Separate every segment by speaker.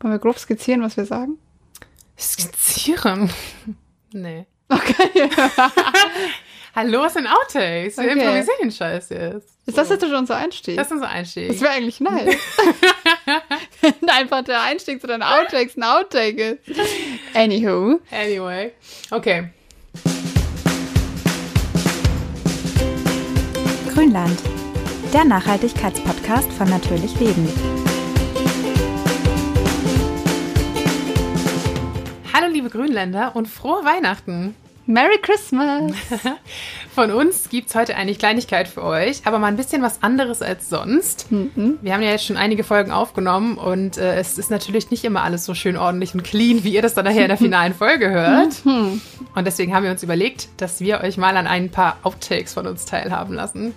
Speaker 1: Wollen wir grob skizzieren, was wir sagen?
Speaker 2: Skizzieren? nee.
Speaker 1: Okay.
Speaker 2: Hallo, es sind Outtakes. Wir
Speaker 1: Okay.
Speaker 2: improvisieren den Scheiß jetzt.
Speaker 1: Ist das jetzt schon unser Einstieg?
Speaker 2: Das ist unser
Speaker 1: Das
Speaker 2: Einstieg.
Speaker 1: wäre eigentlich nice. Wenn einfach der Einstieg zu deinen Outtakes ein Outtake ist. Anywho.
Speaker 2: Anyway. Okay.
Speaker 3: Grünland, der Nachhaltigkeitspodcast von Natürlich Leben.
Speaker 2: Hallo, liebe Grünländer und frohe Weihnachten.
Speaker 1: Merry Christmas!
Speaker 2: Von uns gibt's heute eine Kleinigkeit für euch, aber mal ein bisschen was anderes als sonst.
Speaker 1: Mhm.
Speaker 2: Wir haben ja jetzt schon einige Folgen aufgenommen und äh, es ist natürlich nicht immer alles so schön ordentlich und clean, wie ihr das dann nachher in der finalen Folge hört.
Speaker 1: Mhm.
Speaker 2: Und deswegen haben wir uns überlegt, dass wir euch mal an ein paar Outtakes von uns teilhaben lassen.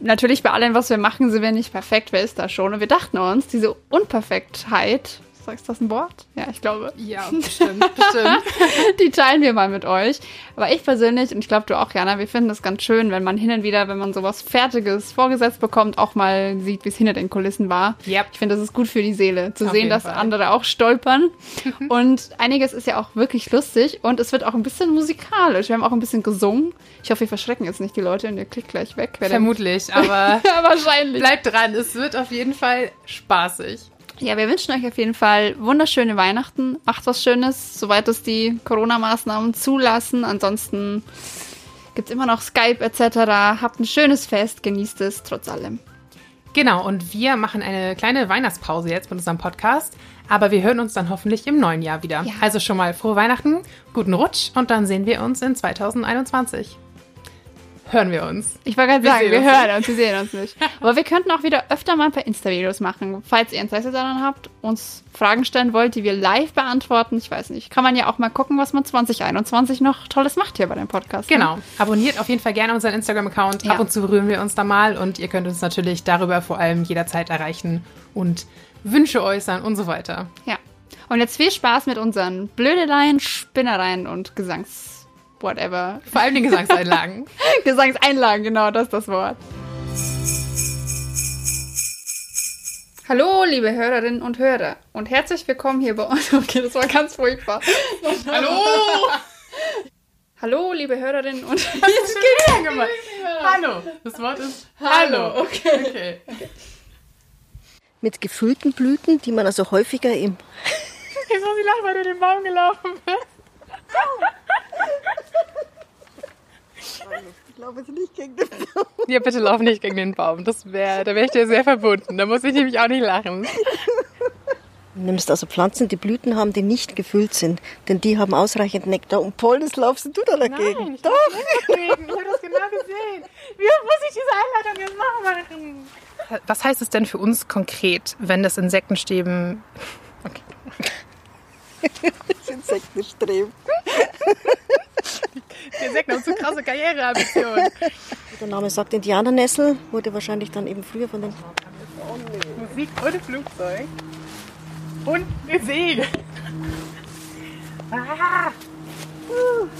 Speaker 1: Natürlich bei allem, was wir machen, sind wir nicht perfekt. Wer ist da schon? Und wir dachten uns, diese Unperfektheit, sagst du das ein Wort? Ja, ich glaube.
Speaker 2: Ja, bestimmt, bestimmt.
Speaker 1: Die teilen wir mal mit euch. Aber ich persönlich, und ich glaube du auch, Jana, wir finden das ganz schön, wenn man hin und wieder, wenn man sowas Fertiges vorgesetzt bekommt, auch mal sieht, wie es hinter den Kulissen war.
Speaker 2: Yep.
Speaker 1: Ich finde, das ist gut für die Seele, zu
Speaker 2: Auf
Speaker 1: sehen,
Speaker 2: jeden
Speaker 1: dass
Speaker 2: Fall.
Speaker 1: andere auch stolpern. und einiges ist ja auch wirklich lustig und es wird auch ein bisschen musikalisch. Wir haben auch ein bisschen gesungen. Ich hoffe, wir verschrecken jetzt nicht die Leute und ihr klickt gleich weg. Wer denkt-
Speaker 2: Vermutlich, aber
Speaker 1: Ja, wahrscheinlich.
Speaker 2: bleibt dran, es wird auf jeden Fall spaßig.
Speaker 1: Ja, wir wünschen euch auf jeden Fall wunderschöne Weihnachten. Macht was Schönes, soweit es die Corona-Maßnahmen zulassen. Ansonsten gibt's immer noch Skype etc. Habt ein schönes Fest, genießt es trotz allem.
Speaker 2: Genau, und wir machen eine kleine Weihnachtspause jetzt mit unserem Podcast, aber wir hören uns dann hoffentlich im neuen Jahr wieder.
Speaker 1: Ja.
Speaker 2: Also schon mal frohe Weihnachten, guten Rutsch und dann sehen wir uns in 2021. Hören wir uns.
Speaker 1: Ich wollte gerade
Speaker 2: Wir
Speaker 1: sagen,
Speaker 2: sehen
Speaker 1: wir
Speaker 2: uns
Speaker 1: hören uns, wir sehen uns nicht. Aber wir könnten auch wieder öfter mal ein paar Insta-Videos machen. Falls ihr Interesse daran habt, uns Fragen stellen wollt, die wir live beantworten, ich weiß nicht, kann man ja auch mal gucken, was man 2021 noch Tolles macht hier bei dem Podcast. ne?
Speaker 2: Genau. Abonniert auf jeden Fall gerne unseren Instagram-Account. Ab
Speaker 1: Ja.
Speaker 2: und zu rühren wir uns da mal und ihr könnt uns natürlich darüber vor allem jederzeit erreichen und Wünsche äußern und so weiter.
Speaker 1: Ja. Und jetzt viel Spaß mit unseren Blödeleien, Spinnereien und Gesangs... Whatever.
Speaker 2: Vor allem den Gesangseinlagen.
Speaker 1: Gesangseinlagen, genau, das ist das Wort. Hallo, liebe Hörerinnen und Hörer. Und herzlich willkommen hier bei uns. Okay, das war ganz furchtbar.
Speaker 2: Hallo!
Speaker 1: Hallo, liebe Hörerinnen und
Speaker 2: Jetzt geht's wieder gemacht. Hallo. Das Wort ist Hallo. Okay. okay.
Speaker 4: mit gefüllten Blüten, die man also häufiger im
Speaker 2: Jetzt muss ich lachen, weil du den Baum gelaufen bist. Ich glaube jetzt nicht gegen den Baum. Ja, bitte lauf nicht gegen den Baum. Das wär, da wäre ich dir sehr verbunden. Da muss ich nämlich auch nicht lachen.
Speaker 4: Du nimmst also Pflanzen, die Blüten haben, die nicht gefüllt sind, denn die haben ausreichend Nektar und Pollen. Das laufst du da dagegen.
Speaker 2: Doch! Ich habe das genau gesehen. Wie oft muss ich diese Einleitung jetzt machen? Was heißt es denn für uns konkret, wenn das Insektenstäben. Okay.
Speaker 4: Das Insektenstreben.
Speaker 2: Die Insekten haben so krasse Karriereambitionen.
Speaker 4: Wie der Name sagt, Indianernessel wurde wahrscheinlich dann eben früher von den
Speaker 2: Musik und Flugzeug. Und eine Säge. Ah.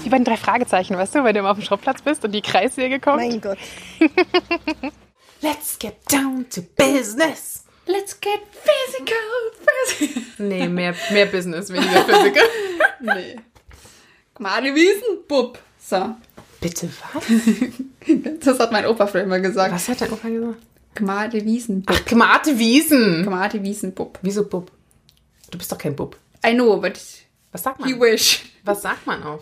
Speaker 2: Wie bei den drei Fragezeichen, weißt du, wenn du immer auf dem Schrottplatz bist und die Kreissäge kommt.
Speaker 4: Mein Gott.
Speaker 2: Let's get down to business. Let's get physical, physical. Nee, mehr, mehr Business, weniger Physical.
Speaker 1: nee. Mali Wiesen, Bub. So.
Speaker 2: Bitte was?
Speaker 1: Das hat mein Opa früher immer gesagt.
Speaker 2: Was hat dein Opa gesagt?
Speaker 1: Gmade Wiesen, Bub.
Speaker 2: Ach, Gmate Wiesen.
Speaker 1: Gmade Wiesen, Bub.
Speaker 2: Wieso Bub? Du bist doch kein Bub.
Speaker 1: I know, but
Speaker 2: Was sagt
Speaker 1: you wish.
Speaker 2: Was sagt man auf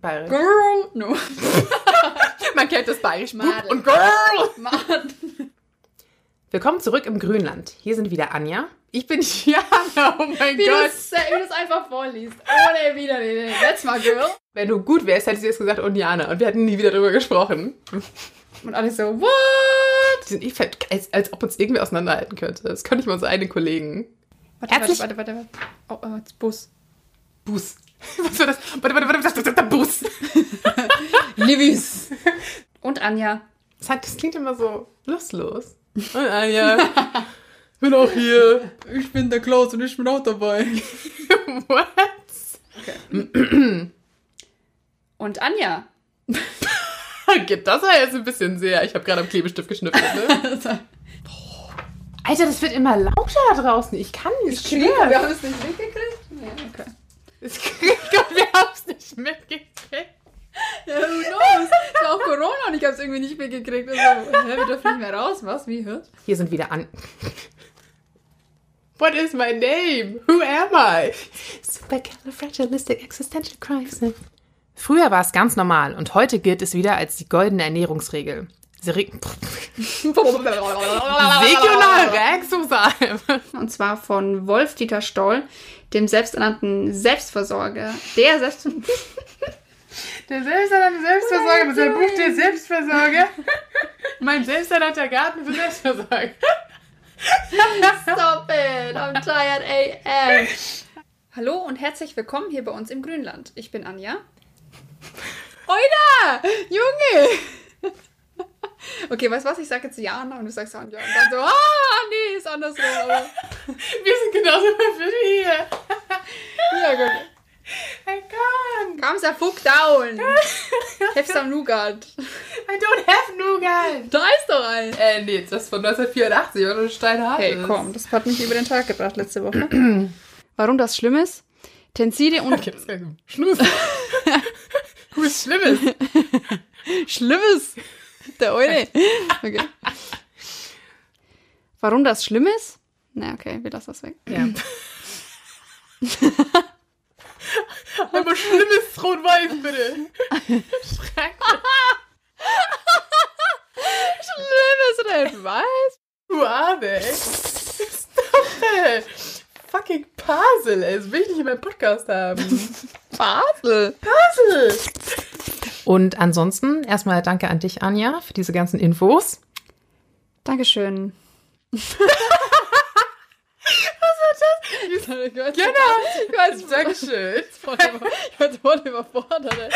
Speaker 2: Bayerisch?
Speaker 1: Girl, no.
Speaker 2: Man kennt das Bayerisch
Speaker 1: Madel.
Speaker 2: Bub und Girl.
Speaker 1: Mann.
Speaker 2: Willkommen zurück im Grünland. Hier sind wieder Anja. Ich bin Jana, oh mein
Speaker 1: Wie du
Speaker 2: Gott.
Speaker 1: es wie du es einfach vorliest. Ohne wieder. Let's mal, Girl.
Speaker 2: Wenn du gut wärst, hättest du jetzt gesagt, und Jana. Und wir hätten nie wieder drüber gesprochen.
Speaker 1: Und alle so, what?
Speaker 2: Die sind eh fett, als, als ob uns irgendwer auseinanderhalten könnte. Das könnte ich mal unsere eigenen Kollegen.
Speaker 1: Warte,
Speaker 2: Herzlich-
Speaker 1: warte, warte, warte. warte. Oh, oh, jetzt Bus.
Speaker 2: Bus. Was war das? Warte, warte, warte, warte, warte, Bus.
Speaker 1: Livis. Und Anja.
Speaker 2: Das, hat, das klingt immer so lustlos. Und Anja. Ich bin auch hier.
Speaker 1: Ich bin der Klaus und ich bin auch dabei.
Speaker 2: What?
Speaker 1: Und Anja.
Speaker 2: Das war jetzt ein bisschen sehr. Ich habe gerade am Klebestift geschnüffelt. Ne? Alter, das wird immer lauter da draußen. Ich kann nicht. Ich
Speaker 1: Wir
Speaker 2: schwöre.
Speaker 1: haben es nicht mitgekriegt? Nee, okay.
Speaker 2: Es kriegt und wir haben es nicht mitgekriegt.
Speaker 1: Ja, who knows? Es war auch Corona und ich habe es irgendwie nicht mitgekriegt. Also, hä, wir dürfen nicht mehr raus. Was? Wie? Hä?
Speaker 2: Hier sind wieder an. What is my name? Who am I? Supercalifragilisticexistential crisis. Früher war es ganz normal und heute gilt es wieder als die goldene Ernährungsregel. Sie re- Regional Rex
Speaker 1: Und zwar von Wolf-Dieter Stoll, dem selbsternannten Selbstversorger. Der Selbst...
Speaker 2: Der selbsternannte Selbstversorger, das ist der Buch der Selbstversorger. Oh mein selbsternannter Garten für Selbstversorger.
Speaker 1: Stop it! I'm tired AF! Hallo und herzlich willkommen hier bei uns im Grünland. Ich bin Anja. Oida! Junge! Okay, weißt du was? Ich sag jetzt Jana und du sagst Anja. Und dann so, ah, nee, ist andersrum. Aber,
Speaker 2: Wir sind genauso verwirrt wie hier.
Speaker 1: ja, gut.
Speaker 2: I can't.
Speaker 1: Calm the fuck down. Have some Nougat.
Speaker 2: I don't have Nougat.
Speaker 1: Da ist doch ein.
Speaker 2: Äh, nee, das ist von 1984, oder ein Steinhart
Speaker 1: Hey, komm, das hat mich über den Tag gebracht letzte Woche. Warum das schlimm ist? Tenside und
Speaker 2: Okay, das ist ja gut. Schnus. Was Schlimmes.
Speaker 1: Schlimmes. Der Eule. Okay. Warum das schlimm ist? Na, okay, wir lassen das weg.
Speaker 2: Ja. Aber Schlimmes rot-weiß, bitte.
Speaker 1: Schlimm ist Red Weiß.
Speaker 2: Du Arme, ey. Stop it. Fucking Pasel, ey. Das will ich nicht in meinem Podcast haben.
Speaker 1: Basel.
Speaker 2: Pasel. Und ansonsten erstmal danke an dich, Anja, für diese ganzen Infos.
Speaker 1: Dankeschön. Was war das? Ich weiß, genau. Ich weiß,
Speaker 2: Dankeschön.
Speaker 1: ich war voll überfordert.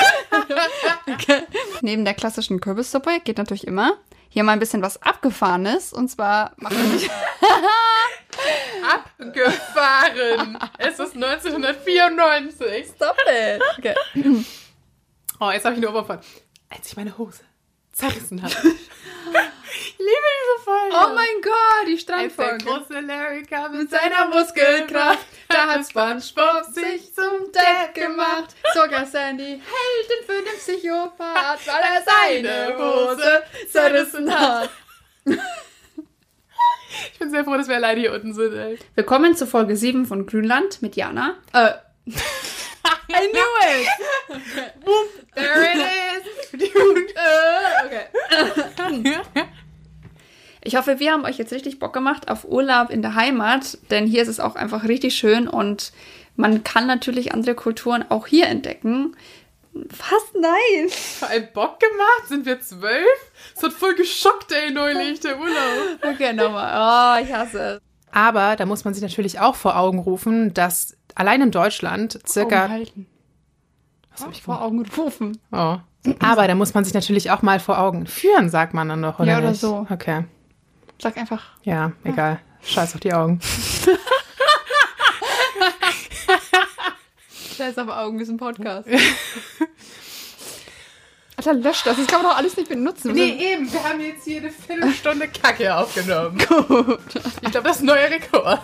Speaker 1: okay. Neben der klassischen Kürbissuppe geht natürlich immer hier mal ein bisschen was Abgefahrenes. Und zwar machen wir
Speaker 2: Abgefahren. Es ist 1994.
Speaker 1: Doppel. Okay.
Speaker 2: Oh, jetzt habe ich eine Oberfahrt. Als ich meine Hose zerrissen habe. ich liebe diese Folge.
Speaker 1: Oh mein Gott, die
Speaker 2: Als der
Speaker 1: Strandfolge.
Speaker 2: große Larry kam
Speaker 1: Mit seiner Muskelkraft, da hat SpongeBob sich zum Depp gemacht. Sogar Sandy hält ihn für den Psychopath, weil er seine Hose zerrissen hat.
Speaker 2: Ich bin sehr froh, dass wir alleine hier unten sind. Ey.
Speaker 1: Willkommen zu Folge 7 von Grünland mit Jana. Äh. I knew it!
Speaker 2: There it is.
Speaker 1: okay. Ich hoffe, wir haben euch jetzt richtig Bock gemacht auf Urlaub in der Heimat, denn hier ist es auch einfach richtig schön und man kann natürlich andere Kulturen auch hier entdecken. Fast nein.
Speaker 2: Vor allem Bock gemacht? Sind wir zwölf? Das hat voll geschockt, ey, neulich, der Urlaub.
Speaker 1: Okay, nochmal. Oh, ich hasse es.
Speaker 2: Aber da muss man sich natürlich auch vor Augen rufen, dass allein in Deutschland circa
Speaker 1: halten. Was
Speaker 2: hab ich
Speaker 1: vor Augen gerufen?
Speaker 2: Oh. Aber da muss man sich natürlich auch mal vor Augen führen, sagt man dann doch, oder
Speaker 1: Ja, oder
Speaker 2: nicht?
Speaker 1: so.
Speaker 2: Okay,
Speaker 1: Sag einfach.
Speaker 2: ja, egal. Scheiß auf die Augen.
Speaker 1: Da ist aber Augen, wir sind Podcast. Alter, löscht das. Das kann man doch alles nicht benutzen.
Speaker 2: eben, wir haben jetzt hier eine Viertelstunde Kacke aufgenommen. Gut. Ich glaube, das ist ein neuer Rekord.